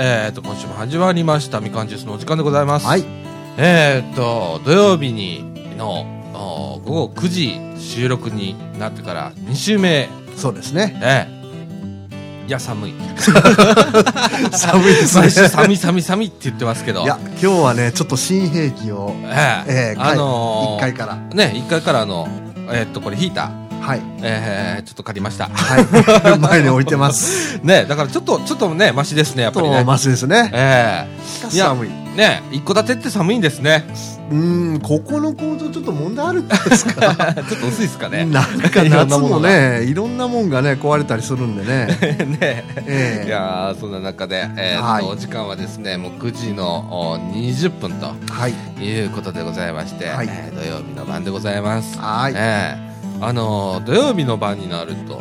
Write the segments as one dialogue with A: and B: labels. A: えー、と今週も始まりましたみかんジュースのお時間でございます、
B: はい
A: えー、と土曜日にのお午後9時収録になってから2週目
B: そうですね
A: えーいや寒い
B: 寒いです
A: 毎
B: ね
A: 週寒い寒い寒いって言ってますけど
B: いや今日はねちょっと新兵器を
A: え
B: え
A: え
B: ー、
A: あの
B: 1
A: ー
B: 階から
A: ね一回からあのえー、っとこれヒーター
B: はい
A: えー、ちょっと借りました。
B: はい 前に置いてます
A: ねだからちょっと、ちょっとね、マシですね、やっ
B: ち
A: ぱ
B: ょっ
A: り
B: と
A: ね。
B: マシですね
A: えいや
B: 寒い
A: えね一戸建てって寒いんですね。
B: うーんここの構造ちょっと問題あるんですか
A: ちょっと薄いですかね。
B: なんか
A: いろんなも
B: 夏
A: の
B: も
A: が
B: ねいろんなもんがね壊れたりするんでね
A: ね
B: ええ
A: いやーそんな中で、えーっと
B: はい
A: お時間はですねもう9時のお20分と
B: はい
A: いうことでございまして、
B: はい
A: えー土曜日の晩でございます。
B: はい
A: えーあのー土曜日の晩になると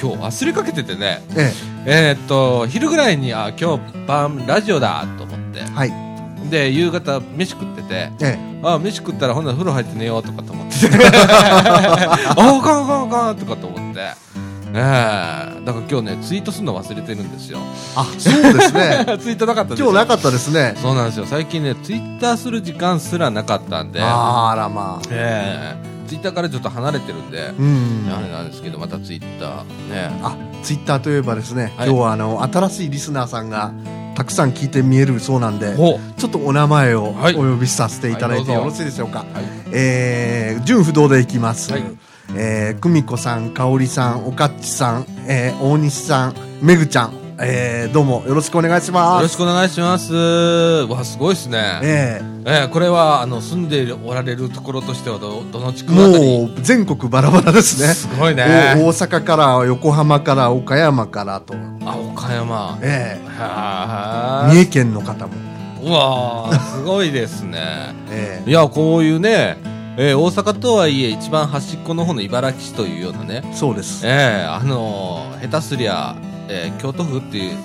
A: 僕今日忘れかけててね
B: え
A: えーっと昼ぐらいにあ今日晩ラジオだと思って
B: えはい
A: で夕方飯食ってて
B: ええ
A: あ飯食ったらほんなら風呂入って寝ようとかと思ってああかんあかんあかんとかと思って。ええだから今日ねツイートするの忘れてるんですよ
B: あ そうですね
A: ツイートなかったんです
B: 今
A: よ
B: 日なかったですね
A: そうなんですよ最近ねツイッターする時間すらなかったんで、
B: あらまあ
A: ええツイッターからちょっと離れてるんで、
B: うん
A: あれなんですけどまたツイッターね
B: あツイッターといえばですね、
A: はい
B: 今日はあの新しいリスナーさんがたくさん聞いて見えるそうなんで
A: ほ
B: ちょっとお名前をお
A: はい
B: 呼びさせていただい
A: はい
B: て
A: ど
B: よ
A: う
B: ろ
A: ぞ
B: しいでしょうか、
A: はい
B: えー順不動でいきます、
A: はい
B: えー久美子さん香織さんおかっちさん、えー大西さんめぐちゃん、えーどうもよろしくお願いし
A: よ
B: ま
A: ろ
B: す
A: しくお願いしますわすごいですね
B: えー
A: ええこれはあの住んでおられるところとしてはどどの地区あたり
B: もう全国バラバラですね
A: すごいね
B: お大阪から横浜から岡山からと、
A: あ岡山
B: えー
A: は
B: 三
A: い
B: 重県の方も、
A: うわーすごいですね
B: え
A: いやこういうね、えー大阪とはいえ一番端っこの方の茨城市というようなね
B: ーそうです
A: えーあのー下手すりゃ、えー京都府っていう、 ね、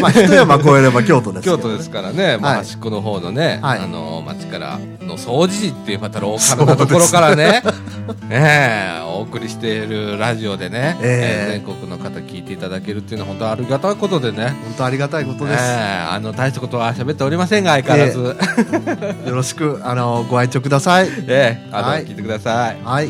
B: まあ、一山越えれば京都ですけど
A: 京都ですからね、まあ、
B: はい
A: 端っこの方のね、
B: はい
A: あのー町からの掃除時っていうまたローカルなところからね えーお送りしているラジオでね、
B: えー
A: 全国の方聞いていただけるっていうのは本当ありがたいことでね
B: 本当ありがたいこと
A: え
B: です、
A: ーあの大したことは喋っておりませんが相変わらず、
B: よろしくあのご愛聴ください
A: ええ、あの、
B: はい
A: 聞いてください。
B: はい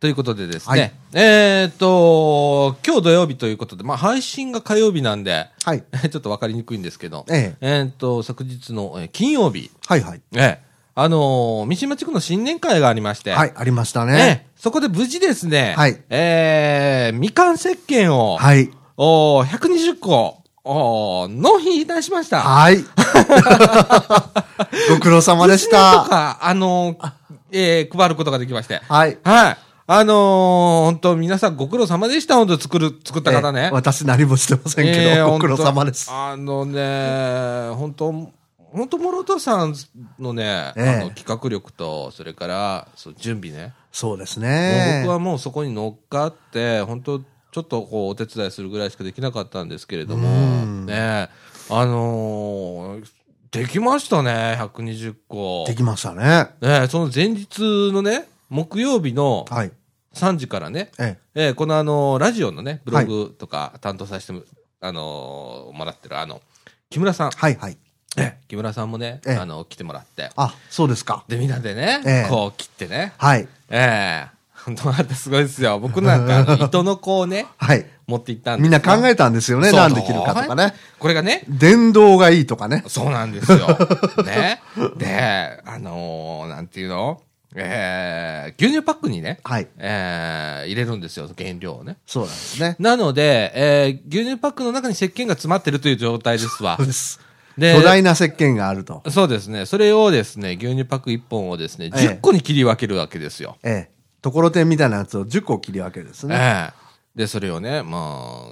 A: ということでですね、
B: はい
A: えーっと、今日土曜日ということで、まあ、配信が火曜日なんで、
B: はい
A: ちょっとわかりにくいんですけど、
B: ええ
A: えーっと、昨日の、えー金曜日、
B: はいはい
A: ええあのー三島地区の新年会がありまして、
B: はいありました
A: え
B: ね
A: えそこで無事ですね、
B: はい
A: えーみかん石鹸を、
B: はい
A: おー120個、おー納品いたしました。
B: はい ご苦労様でし
A: 無事なんと
B: た
A: か、あのーえー配ることができまして、
B: はい
A: はい。あのー本当皆さんご苦労様でした。本当作る、作った方
B: え
A: ね
B: え。私何もしてませんけど、
A: えー
B: ご苦労様です
A: 本当あのね、本当本当諸田さんのね、
B: ええ
A: あの企画力と、それから、そう準備ね。
B: そうです
A: もう
B: ね
A: 僕はもうそこに乗っかって、本当ちょっとこう、お手伝いするぐらいしかできなかったんですけれども、ね、あのーできましたね、120個。
B: できましたね
A: ね、その前日のね、木曜日の
B: はい
A: 3時からね、
B: え
A: えーこのあのラジオのね、ブログとか担当させても、あのーもらってるあの、木村さん
B: え、はいはい
A: えー木村さんもね、
B: ええ
A: あの、来てもらって、
B: あそうですか
A: で、みんなでね、
B: ええ
A: こう切ってね、
B: はい
A: ええ本当またすごいですよ。僕なんか、あ の糸の子をね、
B: はい
A: 持って行ったんで
B: み
A: す
B: ん
A: よ
B: な考えたんですよね
A: そう
B: 何できるかとかね。
A: これがね、
B: 電動がいいとかね
A: そうなんです よ。ね。で、あのーなんていうのええ牛乳パックにね、
B: はい
A: ええ入れるんですよ、原料をね。
B: そうなんですね
A: なので、えー牛乳パックの中に石鹸が詰まってるという状態ですわ
B: そう。です
A: で
B: 巨大な石鹸があると
A: そうですね。それをですね、牛乳パック1本をですね、
B: ええ
A: 10個に切り分けるわけですよ。
B: ええ。ところてんみたいなやつを10個切り分けるんですね。
A: ええで、それをね、まあ、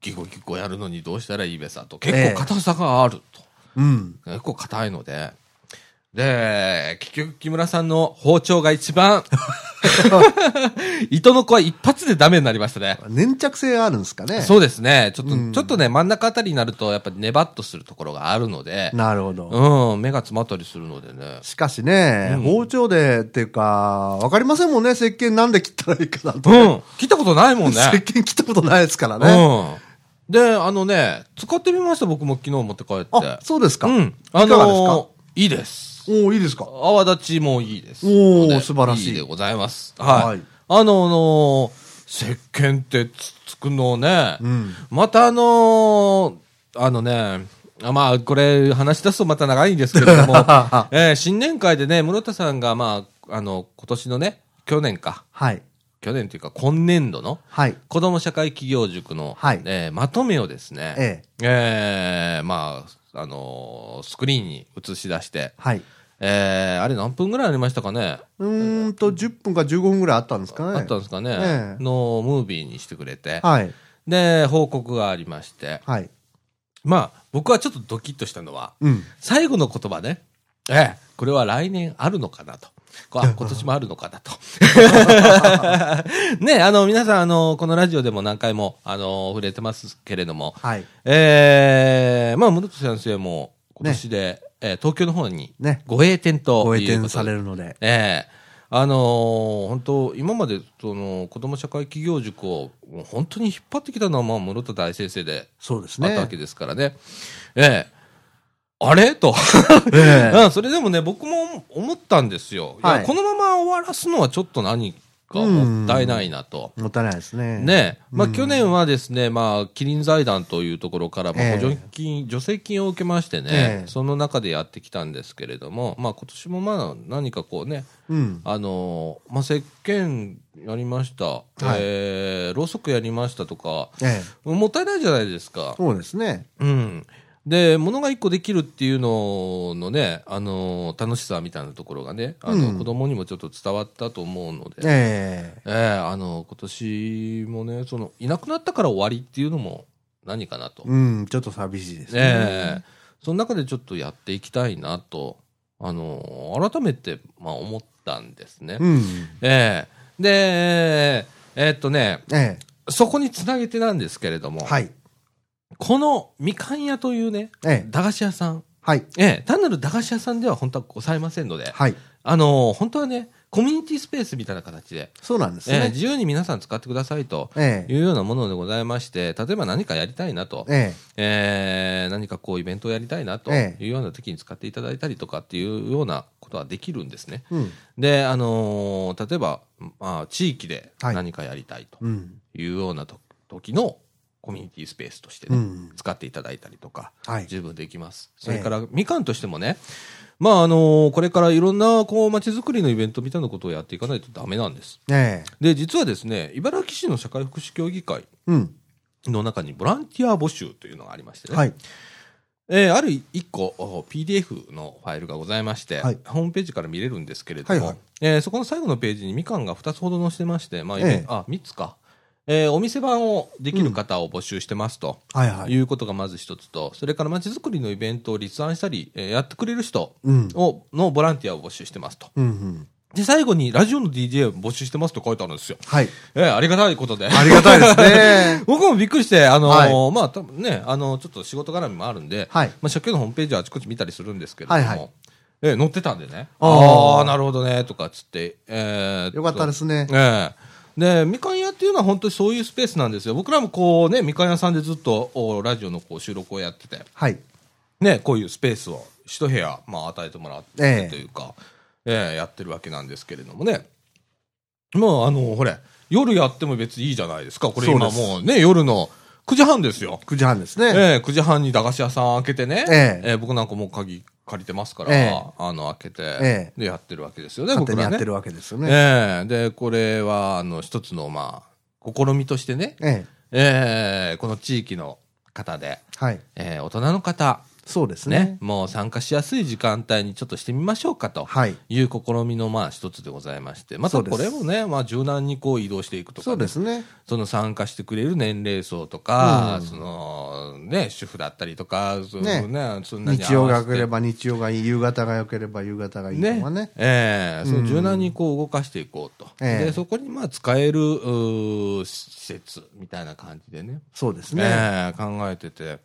A: ギコギコやるのにどうしたらいいべさと。結
B: ええ
A: 構硬さがあると。
B: うん。
A: 結構硬いので。で、結局木村さんの包丁が一 番、糸の子は一発でダメになりましたね。
B: 粘着性あるんですかね。
A: そうですね。ちょっと、
B: うん
A: ちょっとね、真ん中あたりになると、やっぱりネバッとするところがあるので、
B: なるほど。
A: うん、目が詰まったりするのでね。
B: しかしね、
A: うん
B: 包丁でっていうか、わかりませんもんね、石鹸なんで切ったらいいかなと。
A: うん、切ったことないもんね。
B: 石鹸切ったことないですからね。
A: うん。で、あのね、使ってみました、僕も昨日持って帰って。
B: あ、そうですか。
A: うん。
B: い
A: あ
B: かがですか
A: のーいいです。
B: おおいいですか。
A: 泡立ちもいいです。
B: おー
A: ので
B: 素晴らしい
A: でございます。はい。
B: はい
A: あの、あの石鹸ってつつくのね、
B: うん
A: またあのーあのね、あまあ、これ、話し出すとまた長いんですけれど も、えー新年会でね、室田さんが、まあ、あの、今年のね、去年か、
B: はい。
A: 去年というか、今年度の、
B: はい。
A: 子ども社会企業塾の、
B: はい
A: えーまとめをですね、
B: ええ
A: えーまあ、あのースクリーンに映し出して、
B: はい。
A: えーあれ何分ぐらいありましたかね、
B: うーんと、10分か15分ぐらいあったんですかね。
A: あったんですかね、
B: ええ
A: のムービーにしてくれて、
B: はい。
A: で、報告がありまして、
B: はい。
A: まあ、僕はちょっとドキッとしたのは、
B: うん。
A: 最後の言葉ね、ええ、これは来年あるのかなと。こあ今年もあるのかなと。 ね、あの、皆さん、あの、このラジオでも何回も、あの、触れてますけれども、
B: はい。
A: ええまあ、室戸先生も、今年で、えー東京の方に、
B: ね
A: ご栄転と
B: ご栄
A: いうこと
B: 転
A: で
B: されるので。
A: ええあのー本当、今までその子ども社会企業塾をもう本当に引っ張ってきたのは、まあ、室田大先生で
B: そうです
A: あっ
B: ね。
A: たわけですからね。ええあれと、
B: ええ
A: うん、それでもね、僕も思ったんですよ、いや
B: はい
A: このまま終わらすのはちょっと何かもったいないなと。
B: もったいないですね。。
A: ねまあ、
B: うん
A: 去年はですね、まあ、キリン財団というところから、まあ
B: ええ
A: 補助金、助成金を受けましてね、
B: ええ
A: その中でやってきたんですけれども、まあ、今年もまあ何かこうね、
B: うん。
A: あのーまあ、石鹸やりました、えーろうそくやりましたとか、
B: ええ
A: もったいないじゃないですか。
B: そうですね。
A: うん。で、物が一個できるっていうののね、あのー楽しさみたいなところがね、あの、
B: うん
A: 子供にもちょっと伝わったと思うので、
B: ええ
A: ええあの、今年もね、その、いなくなったから終わりっていうのも何かなと。
B: うん、ちょっと寂しいですね。
A: ええその中でちょっとやっていきたいなと、あのー改めて、まあ思ったんですね。
B: うん。
A: ええで、えーっとね、
B: え
A: そこにつなげてなんですけれど
B: え
A: も、
B: はい。
A: このみかん屋というね、
B: ええ
A: 駄菓子屋さん、
B: はい。
A: ええ、単なる駄菓子屋さんでは本当はございませんので、
B: はい。
A: あのー本当はね、コミュニティスペースみたいな形で、
B: そうなんです
A: ええ
B: ね。
A: 自由に皆さん使ってくださいと
B: え
A: い
B: え
A: うようなものでございまして、例えば何かやりたいなと、
B: え
A: えー何かこうイベントをやりたいなと
B: え
A: いうような時に使っていただいたりとかっていうようなことはできるんですね。
B: えうん。
A: で、あのー例えば、まあ、地域で
B: はい
A: 何かやりたいと
B: うん。
A: いうようなと時のコミュニティスペースとして
B: う
A: ね、
B: ん。
A: 使っていただいたりとか、
B: はい。
A: 十分できます。それから、みかんとしてもね、まあ、あのーこれからいろんな、こう、街づくりのイベントみたいなことをやっていかないとダメなんです。
B: ええ
A: で、実はですね、茨城市の社会福祉協議会
B: うん。
A: の中にボランティア募集というのがありましてね、
B: はい。
A: えーある一個お PDF のファイルがございまして、
B: はい
A: ホームページから見れるんですけれども、
B: はいはい
A: えーそこの最後のページにみかんが2つほど載せてまして、まあ、
B: ええ
A: あ3つか、えーお店番をできる方を募集してますと。、
B: はいはいい。
A: うことがまず一つと、それからまちづくりのイベントを立案したり、えーやってくれる人
B: うん。
A: をのボランティアを募集してますと。
B: うんうん。
A: で、最後にラジオの DJ を募集してますと書いてあるんですよ。
B: はい。
A: えーありがたいことで。。
B: ありがたいですね
A: 僕もびっくりして、あのー
B: は
A: まあ、多分ね、あのーちょっと仕事絡みもあるんで、
B: はい
A: まあ、社協のホームページはあちこち見たりするんですけれども、
B: はいはい
A: えー載ってたんでね、
B: あー
A: ああー、なるほどね、とかつって、えー
B: よかったですね
A: え。 えで、みかん屋っていうのは本当にそういうスペースなんですよ。僕らもこうね、みかん屋さんでずっとおラジオのこう収録をやってて、
B: はい。
A: ね、こういうスペースを一部屋、まあ、与えてもらって
B: ええ
A: というか、ええやってるわけなんですけれどもね。もう、あの、ほれ、夜やっても別にいいじゃないですか。これ今
B: そうです
A: もうね、夜の9時半ですよ。
B: 9時半ですね。
A: ええ9時半に駄菓子屋さん開けてね、
B: ええ
A: ええ僕なんかもう鍵借りてますから、
B: ええ
A: あの、開けて、
B: え
A: で、やってるわけですよね、
B: 勝手
A: 僕
B: にや
A: らね。
B: ってるわけですよね。
A: ええで、これは、あの、一つの、まあ、試みとしてね、
B: ええ
A: ええこの地域の方で、
B: はい。
A: えー大人の方、
B: そうです
A: ね
B: ね。
A: もう参加しやすい時間帯にちょっとしてみましょうかと。
B: はい。
A: いう試みのまあ一つでございまして、ま
B: そ
A: た
B: うです
A: これもね、まあ柔軟にこう移動していくとか
B: そ
A: ね、
B: うですね。
A: その参加してくれる年齢層とか、
B: うん
A: そのね、主婦だったりとか、その
B: ね
A: ね、そんなに
B: 日
A: 合
B: 曜が
A: わ
B: 良
A: せ
B: け
A: て
B: れば日曜がいい、夕方が良ければ夕方がいいとかね。
A: ええその柔軟にこう動かしていこうと。
B: ええ
A: で、そこにまあ使える、うー施設みたいな感じでね。
B: そうです
A: ね
B: ね。
A: え考えてて。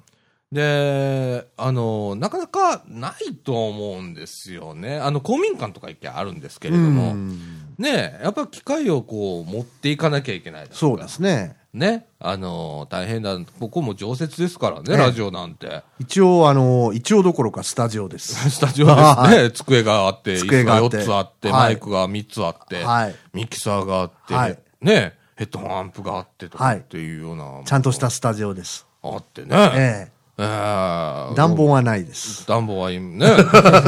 A: で、あの、なかなかないと思うんですよね。あの、公民館とか一見あるんですけれ
B: う
A: ども、
B: ん。
A: ねえやっぱ機械をこう持っていかなきゃいけないとか
B: そうですね。
A: ね。あの、大変だ。ここも常設ですからね、
B: ええ
A: ラジオなんて。
B: 一応、あの、一応どころかスタジ オです。
A: スタジオはですね、机があって、
B: 机
A: 机
B: が
A: が
B: あっ
A: 4
B: て
A: つあって、
B: はい
A: マイクが3つあって、
B: はい
A: ミキサーがあって、
B: はい
A: ね、ヘッドホンアンプがあってと
B: は
A: か
B: い
A: っていうような、
B: ちゃんとしたスタジオです。
A: あってね。
B: え
A: えー
B: え。暖房はないです。
A: 暖房は今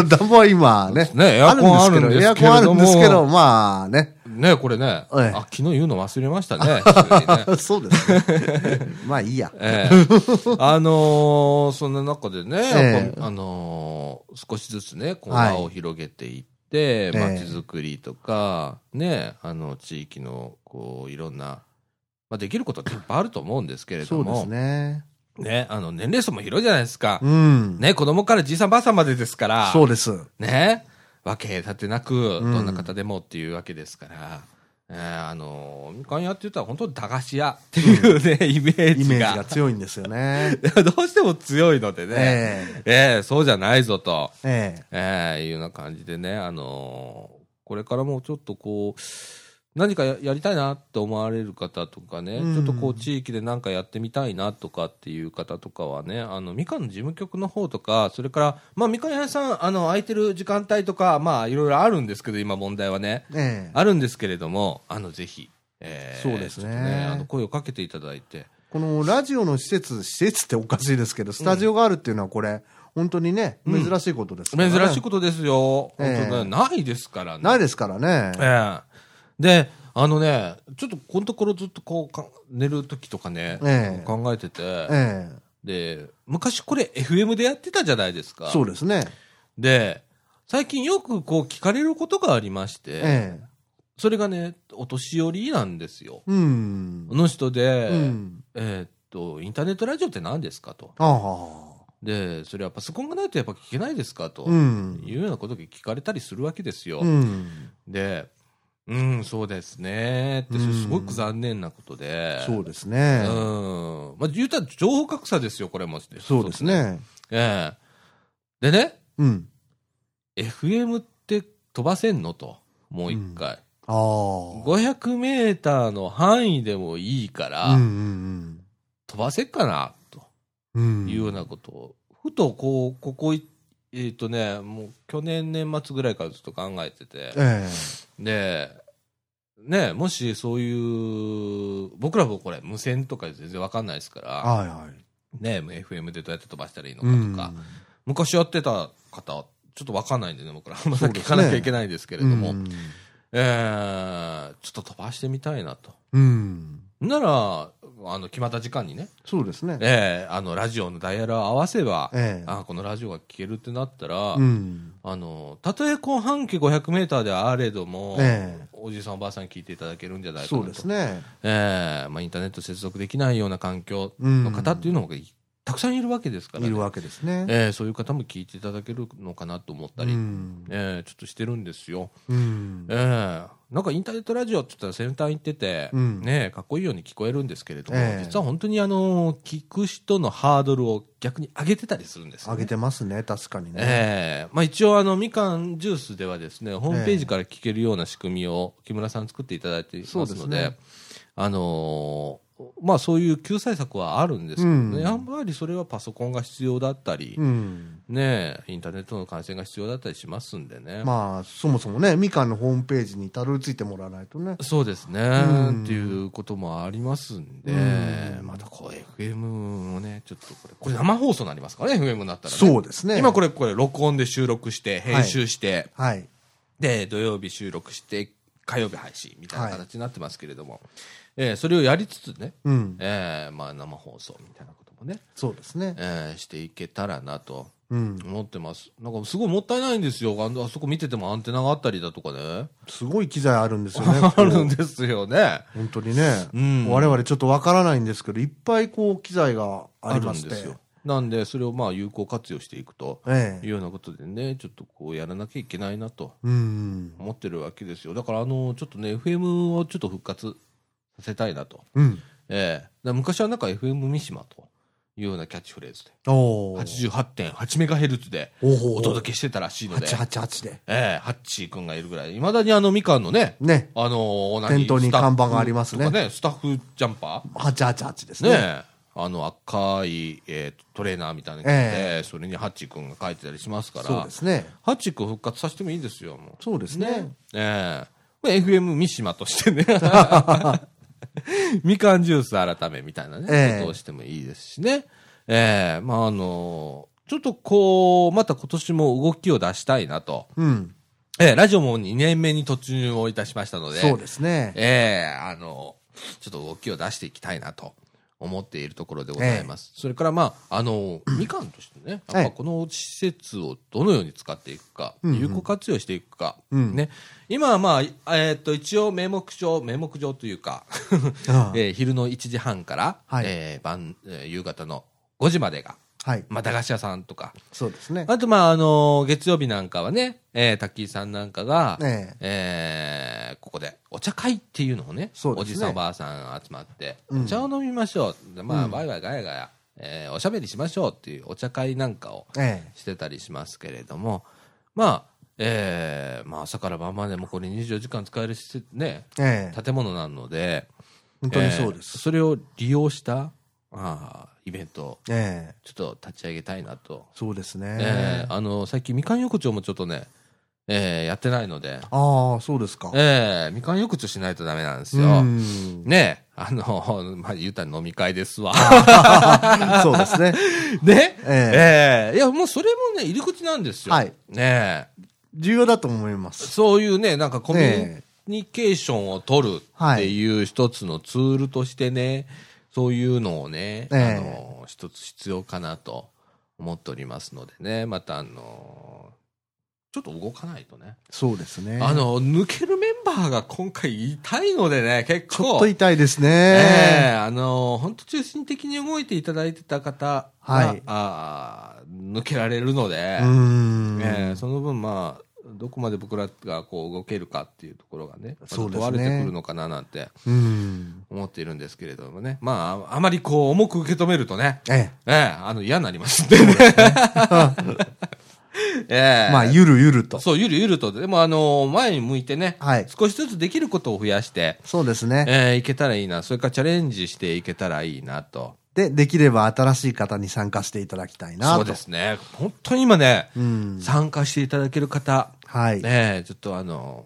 B: 暖房は今ね。
A: ねエアコンあるんですけれども
B: エアコンあるんですけど、まあね。
A: ね。ね、これね、
B: ええ
A: あ、昨日言うの忘れました ね。普通にね
B: そうですね。 まあいいや。
A: え えあのーそんな中でね、やっ
B: ええ
A: ぱあのー少しずつね、こう輪を広げていって、
B: ええ
A: 街づくりとか、ね、あの、地域の、こう、いろんな、まあ、できることっていっぱいあると思うんですけれど
B: そうで
A: も、
B: す
A: ね
B: ね。
A: あの、年齢層も広いじゃないですか。
B: うん。
A: ね、子供からじいさんばあさんまでですから、
B: そうです。
A: ね、分け隔てなく、
B: うん
A: どんな方でもっていうわけですから、ええあのーみかん屋って言ったら本当に駄菓子屋っていうね、 イメー
B: イ
A: ジ
B: メー
A: が
B: ジが強いんです よね。
A: いやどうしても強いのでね、
B: え
A: ええそうじゃないぞと、
B: え。え
A: え
B: え。
A: えいうような感じでね、あのーこれからもちょっとこう、何かややりたいなって思われる方とかね、
B: うん
A: ちょっとこう地域で何かやってみたいなとかっていう方とかはね、あの、みかんの事務局の方とか、それから、まあ、みかん屋さん、あの、空いてる時間帯とか、まあ、いろいろあるんですけど、今問題はね、
B: ええ。
A: あるんですけれども、あの、ぜひ、ええ
B: そうですね
A: ちょっとね、あの、声をかけていただいて、
B: このラジオの施設、施設っておかしいですけど、スタジオがあるっていうのはこれ、本当にね、
A: うん
B: 珍しいことですから
A: 珍
B: ね
A: しいことですよ。
B: え
A: 本
B: え
A: 当ね、ないですからね。
B: ないですからね。
A: ええで、あのね、ちょっとこのところずっとこうか、寝る時とかね、
B: ええ
A: 考えてて、
B: え
A: で、昔これ FM でやってたじゃないです
B: え。
A: か。
B: そうですね。
A: で、最近よくこう聞かれることがありまして、
B: ええ。
A: それがね、お年寄りなんですよ。
B: うん
A: あ。の人で、
B: うん。
A: えーっと、インターネットラジオって何ですかと。
B: ああ。
A: で、それはパソコンがないとやっぱ聞けないですかと。
B: うん。
A: いうようなことが聞かれたりするわけですよ。
B: うん。
A: で、うん、そうですねって、
B: うん
A: すごく残念なことで、
B: そうですね。
A: うんまあ、言うたら情報格差ですよ、これも。
B: そうです。ね。
A: ええでね、
B: うん。
A: FM って飛ばせんのと、もう一回、
B: ああ。
A: 500メーターの範囲でもいいから、
B: うんうん
A: 飛ばせっかなと
B: うん。うん。
A: いうようなことを、ふとこう、ここい、えっ、とね、もう去年年末ぐらいからずっと考えてて、
B: え
A: で、ね、もしそういう、僕らもこれ、無線とか全然わかんないですか
B: え。
A: ら、
B: はいはい。
A: ね、もう FM でどうやって飛ばしたらいいのか
B: うん
A: とか、昔やってた方、ちょっとわかんないんでね、僕ら、ま
B: そ
A: だ
B: うで
A: 聞
B: すね
A: かなきゃいけないんですけれども、
B: うん
A: えーちょっと飛ばしてみたいなと。
B: うん。
A: なら、あの、決まった時間にね、
B: そうですね。
A: えーあの、ラジオのダイヤルを合わせば、
B: ええ。
A: あこのラジオが聞けるってなったら、
B: うん。
A: あの、たとえこう半径500メーターであれども、
B: ええ
A: おじいさんおばあさんに聞いていただけるんじゃないか
B: そ
A: な
B: う
A: と
B: で。すね。
A: ええまあ、インターネット接続できないような環境の
B: の
A: 方っていうのもたくさんいるわけですから、ね
B: いるわけですね。
A: ええそういう方も聞いていただけるのかなと思ったり、
B: うん
A: ええちょっとしてるんですよ。
B: うん
A: ええなんかインターネットラジオって言ったら先端行ってて、
B: うん
A: ねえ、かっこいいように聞こえるんですけれども、
B: ええ
A: 実は本当にあの聞く人のハードルを逆に上げてたりするんですよ
B: 上
A: ね、
B: げてますね、確かにね。
A: ええまあ、一応あの、みかんジュースではですね、ホームページから聞けるような仕組みを木村さん作っていただいていますので、
B: そうですね
A: あのーまあ、そういう救済策はあるんですけどね、
B: うん
A: やっぱりそれはパソコンが必要だったり、
B: うん。
A: ねえインターネットの回線が必要だったりしますんでね。
B: まあ、そもそもね、みかんのホームページにたどり着いてもらわないとね。
A: そうですね、
B: うん
A: っていうこともありますんで、
B: うん
A: またこう FM もね、ちょっとこれ、これ生放送になりますからね、FM になったらね。
B: そうですね。
A: 今こ
B: れ。
A: れ、これ録音で収録して、編集して、
B: はい。
A: で、土曜日収録して、火曜日配信みたいな形になってますけれども、えーそれをやりつつね、
B: うん。
A: えーまあ、生放送みたいなこともね、
B: そうですね。
A: えーしていけたらなと
B: うん。
A: 思ってます。なんかすごいもったいないんですよ。あのあそこ見ててもアンテナがあったりだとかね。
B: すごい機材あるんですよ ね。
A: あるんですよね。
B: 本当にね、
A: うん
B: 我々ちょっとわからないんですけど、いっぱいこう機材があ
A: あ
B: り
A: る
B: ま
A: ん
B: して。
A: ですよ。なんで、それをまあ有効活用していくと
B: え
A: いう
B: え。
A: ようなことでね、ちょっとこうやらなきゃいけないなと
B: うん。
A: 思ってるわけですよ。だから、あの、ちょっとね、FM をちょっと復活させたいなと。
B: うん。
A: ええだから昔はなんか FM 三島というようなキャッチフレーズで、
B: おー。
A: 88.8メガヘルツで
B: おほ
A: お届けしてたらしいので、
B: 888で。
A: ええハッチー君がいるぐらい、いまだにあのみかんのね、
B: ね。
A: あの何
B: 店頭に
A: スタッフ
B: 看板がありますね
A: とかスタッフジャンパー
B: 888です
A: ね
B: ね。
A: あの赤い、えートレーナーみたいなの着て、
B: え
A: それにハッチー君が書いてたりしますから、
B: そうですね。
A: ハッチー君復活させてもいいですよ、もう。
B: そうですね。
A: ええまあ FM 三島として ね。みかんジュース改めみたいなね、
B: ええ
A: ことをしてもいいですしね。ええまああのちょっとこう、また今年も動きを出したいなと。
B: うん。
A: ええラジオも2年目に突入をいたしましたので、
B: そうですね。
A: ええあのちょっと動きを出していきたいなと思っているところでございます。それからまあ、あの、みかんとしてね、やっぱこの施設をどのように使っていくか、
B: うんうん
A: 有効活用していくか、
B: うん
A: ね。今はまあ、えーっと、一応名目上、名目上という か、
B: ああ
A: えー昼の1時半から、
B: はい
A: えー晩、えー夕方の5時までが、
B: はい。
A: まあ、駄菓子屋さんとか、
B: そうですね。
A: あとまあ、あの月曜日なんかはね、えー、タッキーさんなんかが、
B: ええ
A: えーここでお茶会っていうのをね、
B: そう
A: お
B: ですね
A: じさんおばあさん集まって、
B: うん
A: お茶を飲みましょう。でまあ、ワイワイガヤガヤ、えーおしゃべりしましょうっていうお茶会なんかを
B: ええ。
A: してたりしますけれども、まあ、えーまあ朝から晩までもこれ24時間使える施設ね、
B: ええ。
A: 建物なので、
B: 本当にそうです
A: えー。それを利用した、あーイベントを
B: ええ。
A: ちょっと立ち上げたいなと
B: そうです
A: え
B: ね
A: え。あの、最近みかん横丁もちょっとね、ええやってないので、
B: ああ、そうですか。
A: ええみかん横丁しないとダメなんです
B: う
A: よ。
B: ん。
A: ねえ、あの、 まあ、言うたら飲み会ですわ。
B: そうですね。
A: ねえ
B: え
A: えいや、もうそれもね、入り口なんですよ。
B: はい
A: ねえ
B: 重要だと思います。
A: そういうね、なんかコミュ
B: え
A: ニケーションを取るっていう一つのツールとしてね、そういうのをね、
B: ええ
A: あの、一つ必要かなと思っておりますのでね、またあの、ちょっと動かないとね。
B: そうですね。
A: あの、抜けるメンバーが今回痛いのでね、結
B: ち
A: 構。
B: ょっと痛いです
A: え
B: ね。
A: えあの、本当中心的に動いていただいてた方が、
B: はい
A: あー抜けられるので、
B: うん。
A: ええその分まあ、どこまで僕らがこう動けるかっていうところがね、また
B: そうですね
A: 問われてくるのかななんて
B: うん。
A: 思っているんですけれどもね。まあ、あまりこう重く受け止めるとね、
B: ええ。
A: ええあの嫌になりますんでね。 ええ
B: まあ、ゆるゆると。
A: そう、ゆるゆると。でも、あの前に向いてね、
B: はい
A: 少しずつできることを増やして、
B: そうですね。
A: えーいけたらいいな。それからチャレンジしていけたらいいなと。
B: で、できれば新しい方に参加していただきたいなと。
A: そうで。すね。本当に今ね、
B: うん。
A: 参加していただける方、
B: はい。
A: ねえ、ちょっとあの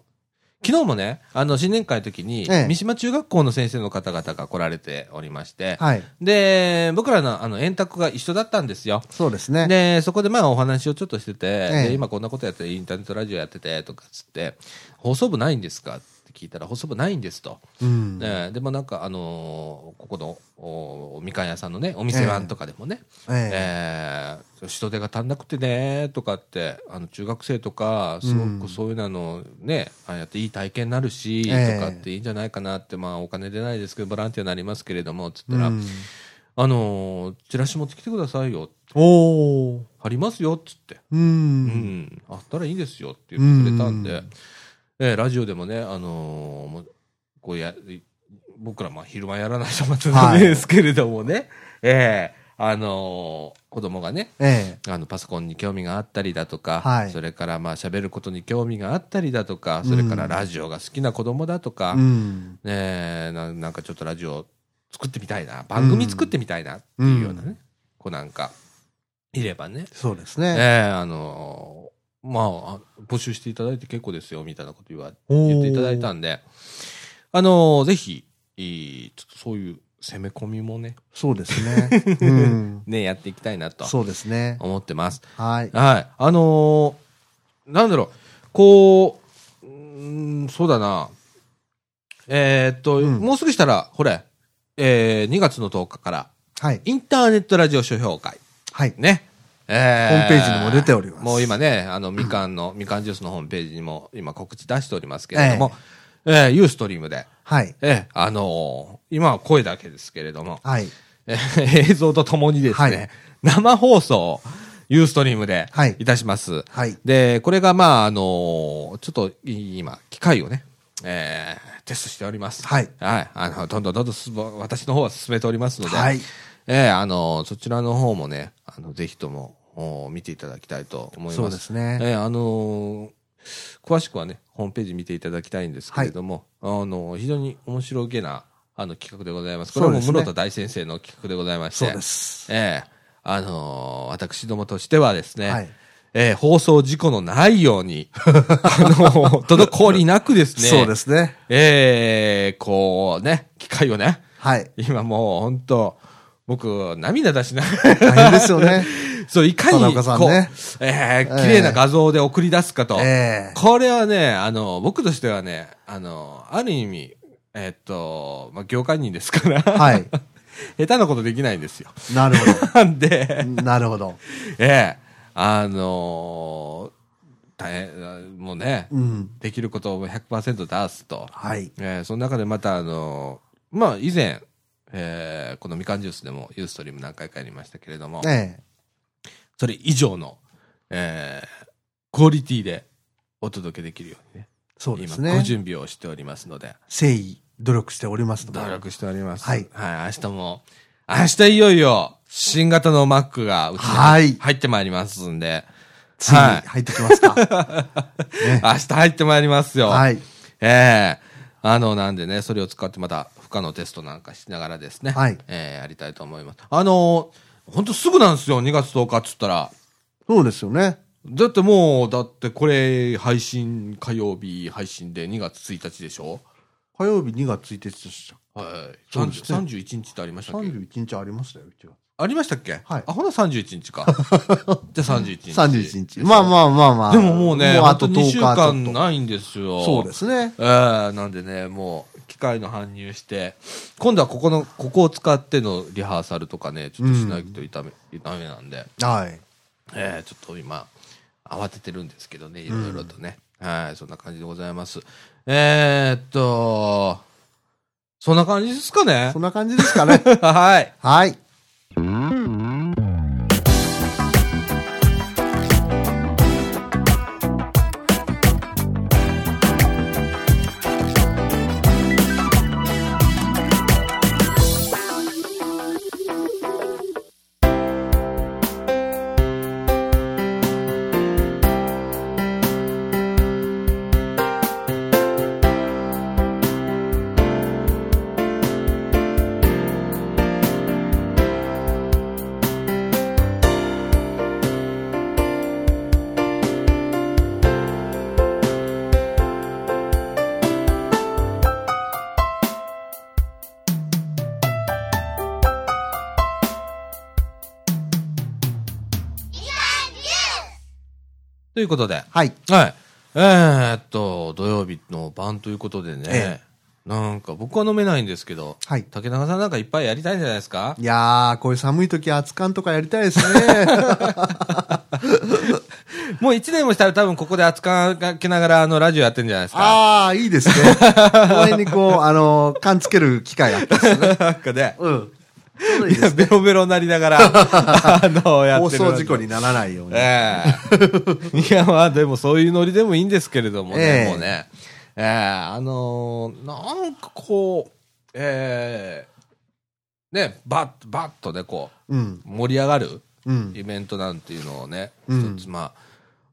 A: 昨日もね、あの、新年会の時に、
B: ええ
A: 三島中学校の先生の方々が来られておりまして、
B: はい。
A: で、僕らのあの、円卓が一緒だったんですよ。
B: そうですね。
A: で、そこでまあお話をちょっとしてて、
B: え
A: で今こんなことやって、インターネットラジオやってて、とかっつって、放送部ないんですかって聞いたら、放送部ないんですと。
B: うん。
A: ねえでもなんか、あのーここのおおみかん屋さんのね、お店番とかでもね、
B: え
A: ええ人手が足んなくてね、とかって、あの中学生とか、すごくそういうのあのね、ああやっていい体験になるし、
B: ええ
A: とかっていいんじゃないかなって、まあお金出ないですけど、ボランティアになりますけれども、つったら、
B: うん、
A: あのーチラシ持ってきてくださいよ。
B: おー。
A: 貼りますよっつって、
B: う。
A: うんん、あったらいいですよって言ってくれたんで、
B: うん
A: えーラジオでもね、あのーもうこうや僕らまあ昼間やらないとまた
B: はい
A: ですけれどもね、えーあのー子供がね、
B: え
A: あのパソコンに興味があったりだとか、
B: はい
A: それからまあ喋ることに興味があったりだとか、それからラジオが好きな子供だとか、
B: え。うん。
A: ねえななんかちょっとラジオ作ってみたいな番組作ってみたいなっていうようなね、
B: う
A: 子なんかいればね、
B: そうですね。
A: ええあのまああ、募集していただいて結構ですよ、みたいなこと言わ
B: おー
A: 言っていただいたんで、あのぜひ、いいちょっとそういう攻め込みもね、
B: そうで すね。うん。
A: ね、やっていきたいなと
B: そうですね。
A: 思ってます。
B: はい。
A: はい。あのーなんだろう、こう、うーんそうだな、えーっと、
B: うん
A: もうすぐしたら、これ、えー、2月の10日から、
B: はい。
A: インターネットラジオ書評会。
B: はい。
A: ね。え
B: ホームページにも出ております
A: もう今ね、あの、みかん の、みかんジュースのホームページにも今告知出しておりますけれども、えーユーストリームで、
B: はい。
A: えーあのー今は声だけですけれども、
B: はい。
A: え ー映像とともにですね、
B: はい
A: 生放送をユーストリームで
B: はい
A: いたします。
B: はい
A: で、これがまあ、あのーちょっと今、機械をね、えーテストしております。
B: はい
A: あの、どんどんどんどんすぼ私の方は進めておりますので、
B: はい
A: えーあのーそちらの方もね、あの、ぜひとも、お見ていただきたいと思います。
B: そうですね
A: えーあのー詳しくはね、ホームページ見ていただきたいんですけれども、あのー非常に面白げな、あの、企画でございます。これはもう
B: そうですね
A: 室田大先生の企画でございまして。
B: そうです。
A: ええあのー私どもとしてはですね、
B: はい
A: ええ放送事故のないように、 あのー滞りなくですね、
B: そうですね。
A: ええこうね、機会をね、
B: はい。
A: 今もう本当僕、涙出しなが
B: 大
A: ら、
B: 変です よね。
A: そう、いかに、
B: 田
A: こ
B: 中さん
A: う、
B: ね
A: ええ綺麗な画像で送り出すかと、
B: ええ
A: これはね、あの、僕としてはね、あの、ある意味、えっと、まあ、業界人ですから、
B: はい。
A: 下手なことできないんですよ。
B: なるほ
A: なんで、
B: ど。なるほど。
A: ええ、あのー大変、もうね、
B: うん。
A: できることを100%出すと。
B: はい。
A: ええその中でまた、あのーまあ、以前、ええこのみかんジュースでもユーストリーム何回かやりましたけれども、
B: ええ
A: それ以上の、ええクオリティでお届けできるようにね、
B: そうです
A: 今、ご
B: ね。
A: 準備をしておりますので、
B: 誠意、努力しておりますので。
A: 努力しております。
B: はい
A: はい、明日も、明日いよいよ、新型の Mac がうちに
B: はい
A: 入ってまいりますんで、
B: ついに
A: はい
B: 入ってきま すか。 ね
A: 明日入ってまいりますよ。
B: はい。
A: ええあの、なんでね、それを使ってまた、負荷のテストなんかしながらですね。
B: はい
A: ええやりたいと思います。あのー、ほんとすぐなんですよ、2月10日っつったら。
B: そうですよね。
A: だってもう、だってこれ、配信、火曜日配信で2月1日でしょ
B: 火曜日2月1日でした。
A: はい。
B: そうですね
A: 30 31日ってありましたっけ
B: 31日ありましたよ、うちは。
A: ありましたっけ
B: はい
A: あ、ほな31日か。 じゃあ31日。
B: 31日。まあまあまあまあ。
A: でももうね、
B: あ
A: あ
B: と
A: と2
B: 10日
A: 週
B: ちょっと
A: 間ないんですよ。
B: そうですね。
A: ええなんでね、もう、機械の搬入して、今度はここの、ここを使ってのリハーサルとかね、ちょっとしないと痛め、ダメなんで、
B: はい。
A: ええちょっと今、慌ててるんですけどね、いろいろとね。はい、そんな感じでございます。えー、っと、そんな感じですかね
B: そんな感じですか ね。
A: はい。
B: はい。
A: ということで、
B: はい。
A: はい。えー、っと、土曜日の晩ということでね、
B: え
A: なんか僕は飲めないんですけど、
B: はい
A: 竹中さんなんかいっぱいやりたいんじゃないですか
B: いやー、こういう寒い時、熱燗とかやりたいです ね。
A: もう1年もしたら多分ここで扱いながらあのラジオやってんじゃないですか。
B: ああ、いいですね。この辺にこう、あの、缶つける機会があったんですね。
A: なんかね、
B: うん。ちょうどいいです
A: ベロベロになりながら、 あの、や
B: 放
A: ってる。
B: 送事故に。ならないように。
A: ええ いや、まあでもそういうノリでもいいんですけれどもね、
B: ええ
A: もうね。ええあのーなんかこう、ええね、バッ、バッとね、こう、
B: うん。
A: 盛り上がる
B: うん。
A: イベントなんていうのをね、
B: うん
A: 一つま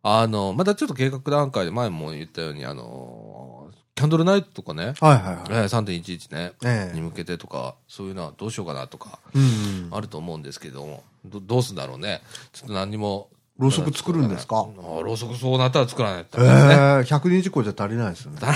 A: あ、あの、まだちょっと計画段階で前も言ったように、あの、キャンドルナイトとかね、
B: はいはいはい。
A: えー3.11ね、
B: ええ
A: に向けてとか、そういうのはどうしようかなとか、
B: うん。
A: あると思うんですけども、どどうすんだろうね。ちょっと何にも。
B: ろうそく作るんですか
A: あろうそくそうなったら作らないと
B: ええ
A: ダメですね。
B: ー、120個じゃ足りないですよね。
A: わ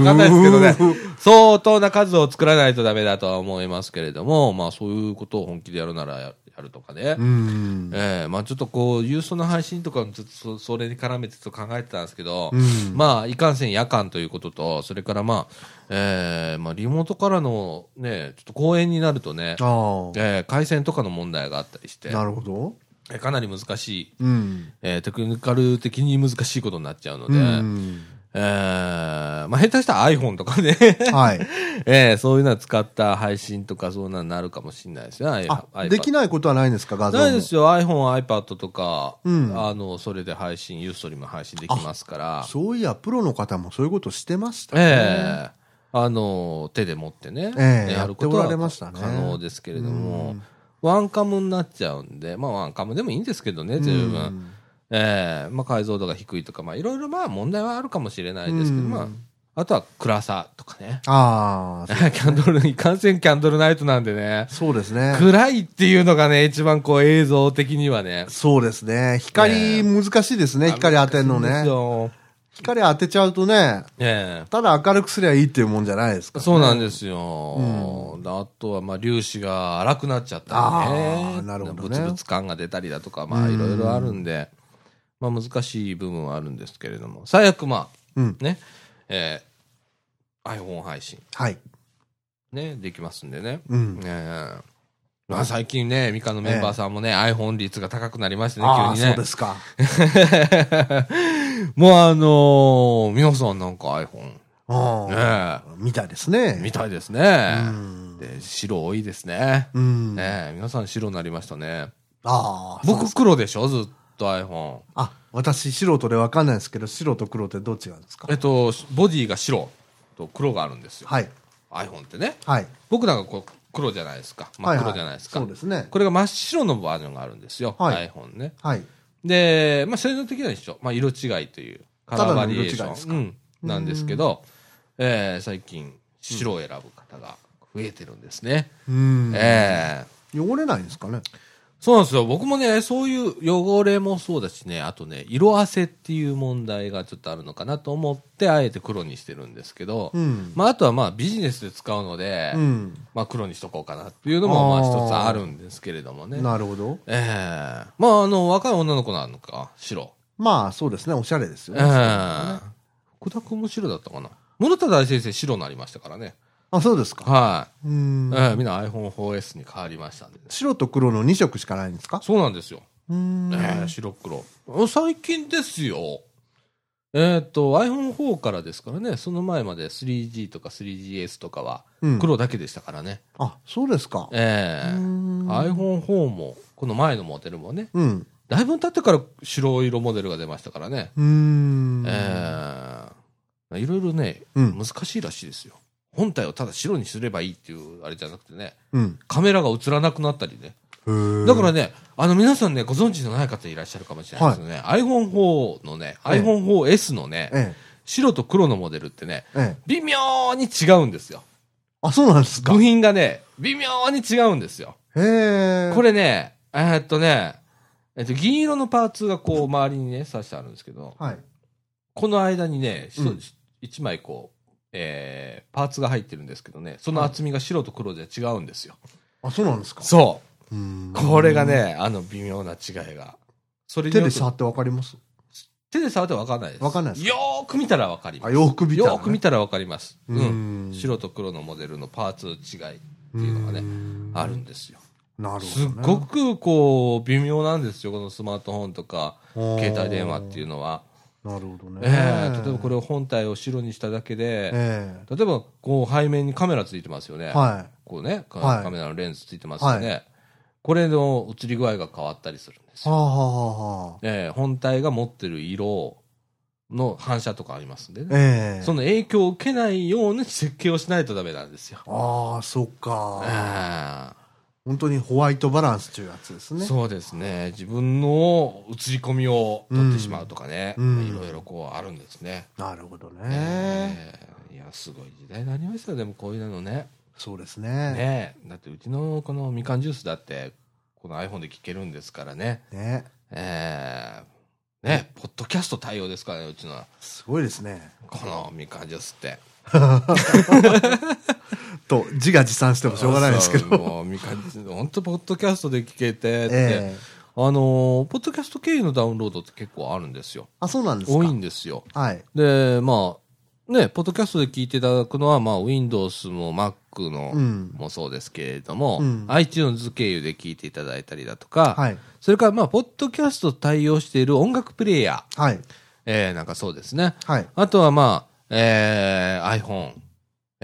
A: かんないですけど
B: う
A: ね。相当な数を作らないとダメだとは思いますけれども、まあそういうことを本気でやるならややるとかね。
B: うん。
A: ええまあちょっとこう、郵送の配信とかもちょっとそそれに絡めてちょっと考えてたんですけど、
B: うん
A: まあいかんせん夜間ということと、それからまあ、ええまあリモートからのね、ちょっと公演になるとね、
B: ああ。
A: ええ回線とかの問題があったりして、
B: なるほど。
A: えかなり難しい、
B: うん。
A: ええテクニカル的に難しいことになっちゃうので、
B: うん。
A: ええまあ下手したら iPhone とかね、
B: はい。
A: ええそういうのは使った配信とかそうなのになるかもしれないですね、
B: あ
A: iPad、
B: できないことはないんですか、画像も。
A: ないですよ、iPhone、iPad とか、
B: うん
A: あのそれで配信、ユーストリーム配信できますから、
B: そういや、プロの方もそういうことしてましたね。
A: ええあの手で持ってね、
B: ええ
A: やること
B: やっておら
A: は
B: れましたね
A: 可能ですけれども、ワンカムになっちゃうんで、まあ、ワンカムでもいいんですけどね、十分、ええまあ、解像度が低いとか、まあ、いろいろまあ問題はあるかもしれないですけど、
B: うん
A: まあ、あとは暗さとかね、
B: あ
A: キ
B: あ、
A: ャンドル、いかんせんキャンドルナイトなんでね。
B: そうですね。
A: 暗いっていうのがね、一番こう映像的には ね。
B: そうですね。光、難しいですね。光当てるの
A: そうです
B: ね。
A: よ
B: 光当てちゃうとね、
A: ええ
B: ただ明るくすりゃいいっていうもんじゃないですか。
A: そうなんですよ。であとは、まあ、粒子が荒くなっちゃったり
B: あ
A: ね。
B: ーなるほどね
A: ブツブツ感が出たりだとか、まあ、いろいろあるんで、まあ、難しい部分はあるんですけれども。最悪、まあ、
B: うん
A: ね、えー iPhone 配信、
B: はい。
A: ね、できますんでね。
B: うん。
A: ええまあ、最近ね、ミカのメンバーさんもね、iPhone 率が高くなりましたね、
B: あ
A: 急
B: あ、
A: に
B: そう
A: ね
B: で。すか。
A: もうあのー、皆さんなんか iPhone、
B: うん。
A: ね
B: みたいです
A: え、
B: ね。
A: みたいです
B: う
A: ね。
B: ん。
A: で、白多いですね。
B: うん。
A: ねえ、皆さん白になりましたね。
B: ああ、そう
A: 僕黒でしょずっと iPhone。
B: あ、私、素人でわかんないですけど、白と黒ってどう違うんですか
A: えっと、ボディが白と黒があるんですよ。
B: はい。
A: iPhone ってね。
B: はい。
A: 僕なんかこう黒じゃないですか。
B: は
A: 真っ
B: は
A: 黒じゃないですか。
B: そうですね。
A: これが真っ白のバージョンがあるんですよ。
B: はい
A: iPhone ね。
B: はい。
A: で、まあ、性能的には一緒。まあ、色違いという、カラーバリエーシ
B: ただの色違いです
A: ョン。うんなんですけど、えー最近、白を選ぶ方が増えてるんですね。
B: うん。
A: えー
B: 汚れないんですかね
A: そうなんですよ。僕もね、そういう汚れもそうだしね、あとね、色あせっていう問題がちょっとあるのかなと思って、あえて黒にしてるんですけど、
B: うん
A: まあ、あとはまあ、ビジネスで使うので、
B: うん。
A: まあ、黒にしとこうかなっていうのも、まあ、
B: あー
A: 一つあるんですけれどもね。
B: なるほど。
A: ええまあ、あの、若い女の子なのか、白。
B: まあ、そうですね。おしゃれですよね。
A: ええ福田君も白だったかな室田大先生白になりましたからね
B: あ、そうですか。
A: はい、
B: うん
A: ええみんな iPhone4S に変わりましたんでね
B: 白と黒の2色しかないんですか
A: そうなんですよ、
B: うん
A: ええ白黒あ最近ですよえっ、と iPhone4 からですからねその前まで 3G とか 3GS とかは
B: うん
A: 黒だけでしたからね、
B: あ、そうですか。
A: ええ
B: うん
A: iPhone4 もこの前のモデルもね
B: うん。
A: だいぶ経ってから白色モデルが出ましたからね
B: うん。
A: ええいろいろね、
B: うん
A: 難しいらしいですよ。本体をただ白にすればいいっていうあれじゃなくてね、
B: うん。
A: カメラが映らなくなったりね。
B: へえ
A: だからね、あの皆さんね、ご存知のない方いらっしゃるかもしれないですよね。iPhone4 のね、
B: ええ
A: iPhone4S のね、
B: え
A: 白と黒のモデルってね、
B: え。ええ。
A: 微妙に違うんですよ。
B: あ、そうなんですか。
A: 部
B: へ
A: 品がね、微妙に違うんですよ。
B: え。
A: これね、えーっとね、えっと、銀色のパーツがこう周りにね、刺してあるんですけど、
B: はい。
A: この間にね、一
B: うん
A: 一枚こう、えーパーツが入ってるんですけどね、その厚みが白と黒じゃ違うんですよ。
B: あ、そうなんですか。
A: そ
B: うん
A: う。これが。ね、あの微妙な違いが。それに
B: 手
A: よく
B: で触ってわかります
A: 手で触って分かんないです。
B: わかんないです
A: よーく見たら分かりま
B: あ、
A: す。
B: 洋服みたいなね。
A: よーく見たら分かります。う
B: うん
A: ん。白と黒のモデルのパーツ違いっていうのがね、
B: ね
A: あるんですよ。
B: なるほどね。
A: すっごくこう、微妙なんですよ、このスマートフォンとか、携帯電話っていうのは。
B: なるほどね。
A: ええ例えばこれを本体を白にしただけで、
B: ええ
A: 例えばこう背面にカメラついてますよね、
B: は
A: こうねカ
B: はい
A: カメラのレンズついてますよね、これの映り具合が変わったりするんです
B: い。はあ
A: よ、
B: はあはあはあ。
A: ええ本体が持ってる色の反射とかありますんでね、
B: ええ
A: その影響を受けないような設計をしないとダメなんですよ、
B: ああ、そっ
A: え
B: か。
A: え
B: 本当にホワイトバランスというやつですね。
A: そうですね自分の映り込みを取ってしまうとかね、
B: うん
A: いろいろこうあるんですね、
B: なるほどね。
A: ええいやすごい時代になりましたよでもこういうのね
B: そうですね。
A: ねえだってうちのこのみかんジュースだってこの iPhone で聞けるんですからね
B: ね。
A: ええね、ポッドキャスト対応ですからね、うちの。
B: すごいですね。
A: このみかんジュースって。
B: と、自画自賛してもしょうがないですけ
A: そう
B: ど。
A: もうみかんジュース本当ポッドキャストで聞けてって、
B: ええ
A: あのーポッドキャスト経由のダウンロードって結構あるんですよ。
B: あ、そうなんですか。
A: 多いんですよ。
B: はい。
A: で、まあ、ね、ポッドキャストで聞いていただくのは、まあ、Windows も Mac の、
B: うん
A: もそうですけれども、
B: うん
A: iTunes 経由で聞いていただいたりだとか、
B: はい
A: それから、まあ、ポッドキャスト対応している音楽プレイヤー、
B: はい。
A: えーなんかそうですね。
B: はい。
A: あとは、まあ、えー iPhone、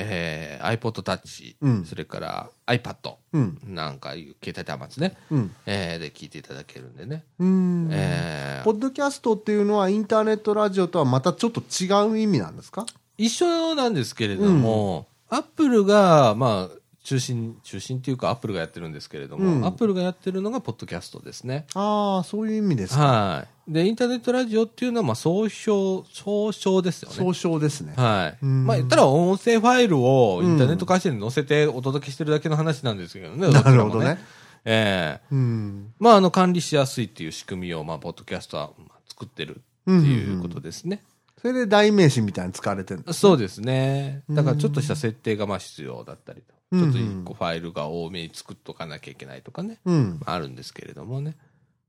A: えー iPod Touch、
B: うん
A: それから iPad、
B: うん。
A: なんかいう携帯端末ね、
B: うん。
A: えーで聞いていただけるんでね。
B: うーん。
A: えー
B: ポッドキャストっていうのはインターネットラジオとはまたちょっと違う意味なんですか
A: 一緒なんですけれども、アップルが、まあ、中心、中心っていうか、アップルがやってるんですけれども、
B: うん
A: アップルがやってるのが、ポッドキャストですね。
B: ああ、そういう意味ですか。
A: はい。で、インターネットラジオっていうのは、まあ、総称、総称ですよね。
B: 総称ですね。
A: はい。
B: うん
A: まあ、言ったら、音声ファイルをインターネット会社に載せてお届けしてるだけの話なんですけどね。
B: な
A: ちらも
B: るほどね。
A: ええ
B: うん。
A: まあ、あの、管理しやすいっていう仕組みを、まあ、ポッドキャストはまあ作ってるっていうことですね。
B: それで代名詞みたいに使われてるんです
A: そうですね。だからちょっとした設定がまあ必要だったりと。
B: うん
A: ち
B: う
A: ょ
B: ん
A: っと一個ファイルが多めに作っとかなきゃいけないとかね。
B: うん。
A: あるんですけれどもね。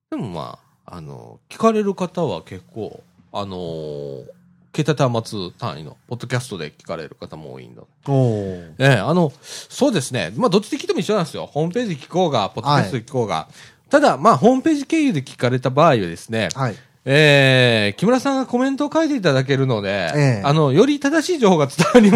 A: でもまあ、あの、聞かれる方は結構、あのー携帯端末単位の、ポッドキャストで聞かれる方も多いんだ。
B: おお。
A: ええ、あの、そうですね。まあ、どっちで聞いても一緒なんですよ。ホームページ聞こうが、ポッドキャストで聞こうが。ただ、まあ、ホームページ経由で聞かれた場合はですね、
B: はい。
A: えー、木村さんがコメントを書いていただけるので、
B: ええ
A: あの、より正しい情報が伝わり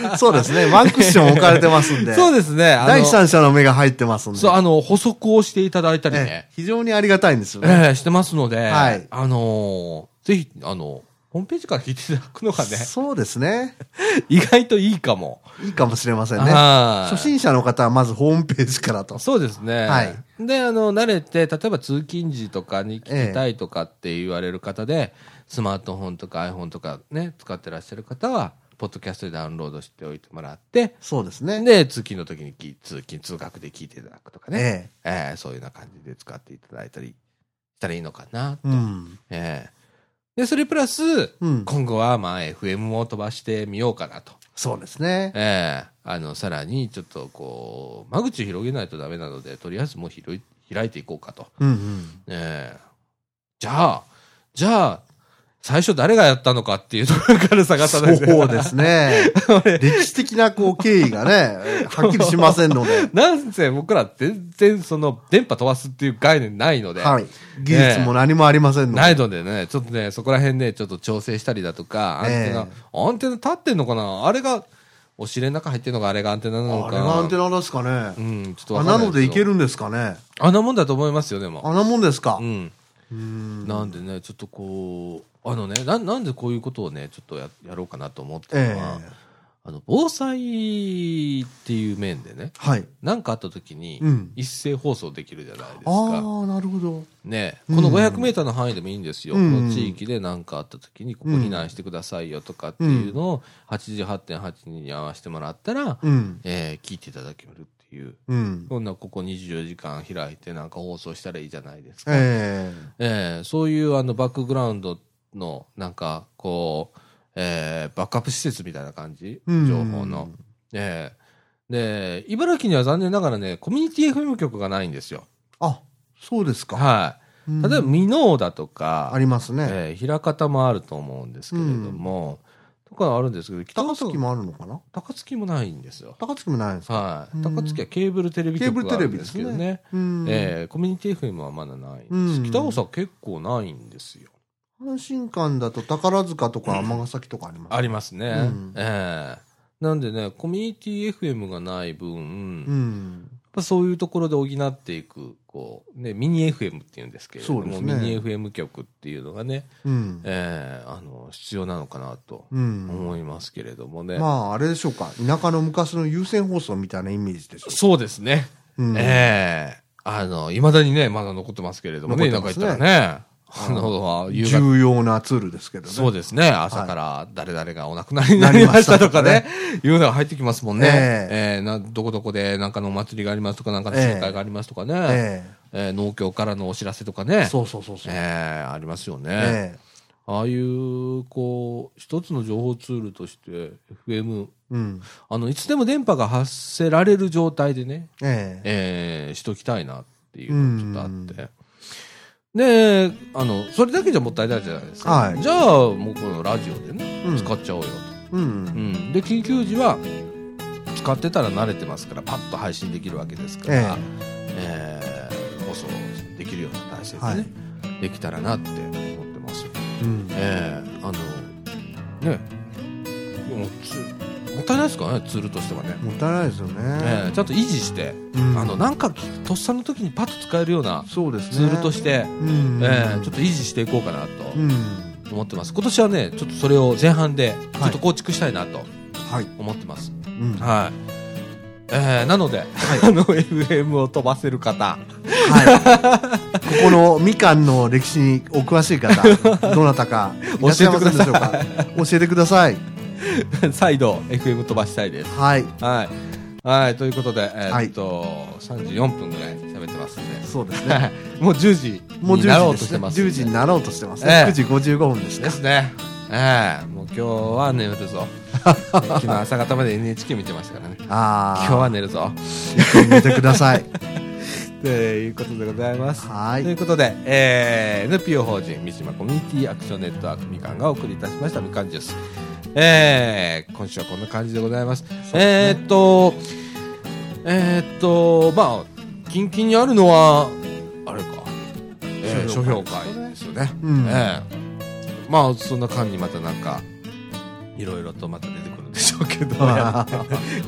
A: ま
B: そうですね。ワンクッション置かれてますんで。
A: す。 そう
B: す。
A: ですね。あの
B: 第三者の目が入ってますんで。
A: そう、あの、補足をしていただいたり
B: え
A: ね
B: え、非常にありがたいんですよ
A: え
B: ね。
A: えしてますので、
B: はい
A: あのーぜひ、あの、ホームページから聞いていただくのがね、
B: そうですね。
A: 意外といいかも。
B: いいかもしれませんね。
A: はい
B: 初心者の方はまずホームページからと。
A: そうですね。
B: はい
A: で、あの、慣れて、例えば通勤時とかに聞きたいとかって言われる方で、スマートフォンとか iPhone とかね、使ってらっしゃる方は、ポッドキャストでダウンロードしておいてもらって、
B: そうですね。
A: で、通勤の時に聞い通勤、通学で聞いていただくとかね。
B: え
A: ええそういうような感じで使っていただいたりしたらいいのかな。
B: え。うん。
A: ええで、それプラス、
B: うん。
A: 今後は、まあ、FM を飛ばしてみようかなと。
B: そうですね。
A: ええあの、さらに、ちょっと、こう、間口を広げないとダメなので、とりあえずもう広い、開いていこうかと。
B: うんうん。
A: ええじゃあ、じゃあ、最初誰がやったのかっていうところから探さ
B: そ
A: ないと
B: うですね。歴史的なこう経緯がね、はっきりしませんので。
A: なんせ僕ら全然その電波飛ばすっていう概念ないので、
B: はい。技術も何もありませんの
A: な
B: で。
A: いのでね、ちょっとね、そこら辺ね、ちょっと調整したりだとか、アンテナ、
B: え
A: アンテナ立ってんのかなあれが、お尻の中入ってんのがあれがアンテナなのか
B: あれがアンテナですかね。
A: うん、ちょっと
B: あ
A: わか
B: なん
A: ない
B: のでいけ
A: る
B: るんですかね。
A: あんなもんだと思いますよ、でも。
B: あんなもんですか
A: う。ん。
B: うん。
A: なんでね、ちょっとこう、あのね、ななんでこういうことをね、ちょっとややろうかなと思った
B: え
A: のは、
B: え。
A: あの、防災っていう面でね、
B: はい。
A: なんかあった時に
B: うん、
A: 一斉放送できるじゃないですか。
B: ああ、なるほど。
A: ね、
B: うん
A: この500メーターの範囲でもいいんですよ。
B: うん
A: この地域で何かあった時に、ここ避難してくださいよとかっていうのを、88.8に合わせてもらったら、
B: うん。
A: えー聞いていただけるっていう。
B: うん。
A: こんなここ24時間開いてなんか放送したらいいじゃないですか。え
B: ええ。
A: ーそういうあのバックグラウンドのなんかこう、えーバックアップ施設みたいな感じ
B: うん
A: 情報の。えーで、茨城には残念ながらね、コミュニティ FM 局がないんですよ。
B: あ、そうですか。
A: はい。
B: うん
A: 例えば、箕面だとか、
B: ありますね。
A: えー、枚方もあると思うんですけれども、とかあるんですけど、北
B: 高
A: 高槻
B: 槻
A: も
B: もあるのかな
A: 高槻もないんですよ。
B: 高槻もないんですか
A: は
B: う
A: い。
B: ん
A: 高槻はケーブルテレビ
B: ケーブ
A: 局
B: ル
A: があ
B: テ
A: る
B: レ
A: んで
B: ビですす
A: けどね。
B: ね。うん
A: えーコミュニティ FM はまだないんです。
B: うん
A: 北大阪は結構ないんですよ。
B: 阪神間だと宝塚とか尼崎とかあります。
A: ありますね。
B: うん
A: えーなんでね、コミュニティ FM がない分、
B: う
A: やっ
B: ん。
A: ぱそういうところで補っていく、こう、ね、ミニ FM っていうんですけれども、
B: そうですね
A: ミニ FM 局っていうのがね、
B: うん。
A: えーあの、必要なのかなと
B: うん。
A: 思いますけれどもね。
B: まあ、あれでしょうか。田舎の昔の優先放送みたいなイメージでしょ
A: そうですね。
B: う。うん
A: ええあの、いまだにね、まだ残ってますけれどもね、
B: 残
A: 田
B: って
A: 舎
B: ま
A: 行っ
B: す
A: た
B: ね
A: らね。あの、夕方
B: 重要なツールですけどね。
A: そうですね。朝から誰々がお亡くなりになりましたとか
B: な
A: ね
B: り。
A: いうのが入ってきますもんね。え
B: え
A: ーなどこどこでなんかのお祭りがありますとか、なんかの集会がありますとかね。
B: え
A: えー農協からのお知らせとかね。
B: そうそうそうそう。
A: えーありますよね。
B: ええ
A: ああいう、こう、一つの情報ツールとして、FM、
B: うん。
A: あの、いつでも電波が発せられる状態でね、
B: ええ
A: えーしときたいなっていうのがちょっとあって。で、あの、それだけじゃもったいないじゃないですか。
B: はい
A: じゃあ、もうこのラジオでね、
B: うん
A: 使っちゃおうよ
B: う
A: と。
B: ん。
A: うんで、緊急時は、使ってたら慣れてますから、パッと配信できるわけですから、えー放送できるような体制でね、
B: はい
A: できたらなって思ってます。
B: うん。
A: ええあの、ね、もうつもったいないですからね、ツールとしてはね。
B: もったいないですよ
A: え
B: ね。
A: えちゃんと維持して、
B: うん
A: あの、なんかとっさの時にパッと使えるような
B: そうですね。
A: ツールとして、
B: うん。
A: ええちょっと維持していこうかなと
B: うん。
A: 思ってます。今年はね、ちょっとそれを前半で、ちょ
B: は
A: っ
B: い
A: と構築したいなと
B: はい。
A: 思ってます。
B: うんは
A: はい。ええなので、 あの、FM を飛ばせる方、
B: い。ここのみかんの歴史にお詳しい方、どなたか、いらっしゃいませんでしょうか。教えてください。
A: 再度 FM 飛ばしたいです。
B: はい。
A: はい。はい、ということで、え
B: は
A: ー
B: い
A: っと、34分ぐらい喋ってますんで。
B: そうですね。
A: はいもう10時
B: もう10
A: になろうと
B: 時
A: し
B: です
A: て
B: ね。
A: ますん
B: 10
A: で。
B: 時になろうとしてますね。
A: ええ
B: 9時55分ですね
A: で。すね。ええもう今日は寝る ぞ。昨日朝方まで NHK 見てましたからね。今日
B: あ
A: は寝るぞ。
B: あ、見てください。
A: ということでございます。
B: は
A: とい
B: い。
A: うことで、えー NPO 法人三島コミュニティアクションネットワークみかんがお送りいたしましたみかんジュース。えー今週はこんな感じでございます。えーっと、えーっと、まあ、近々にあるのは、あれか、えー、書
B: 書
A: 評
B: 評
A: 会
B: 会
A: ですよね。
B: うん。
A: ええまあそんな間にまたなんかいろいろとまた出てくるんでしょうけ どあ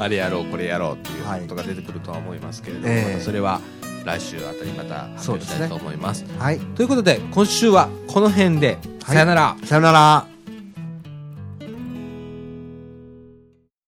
A: れやろうこれやろうっていうことが出てくるとは思いますけれども、
B: はいええ
A: またそれは来週あたりまた発表したいと思います
B: はい。
A: ということで今週はこの辺で、
B: はい
A: さよなら
B: さよなら。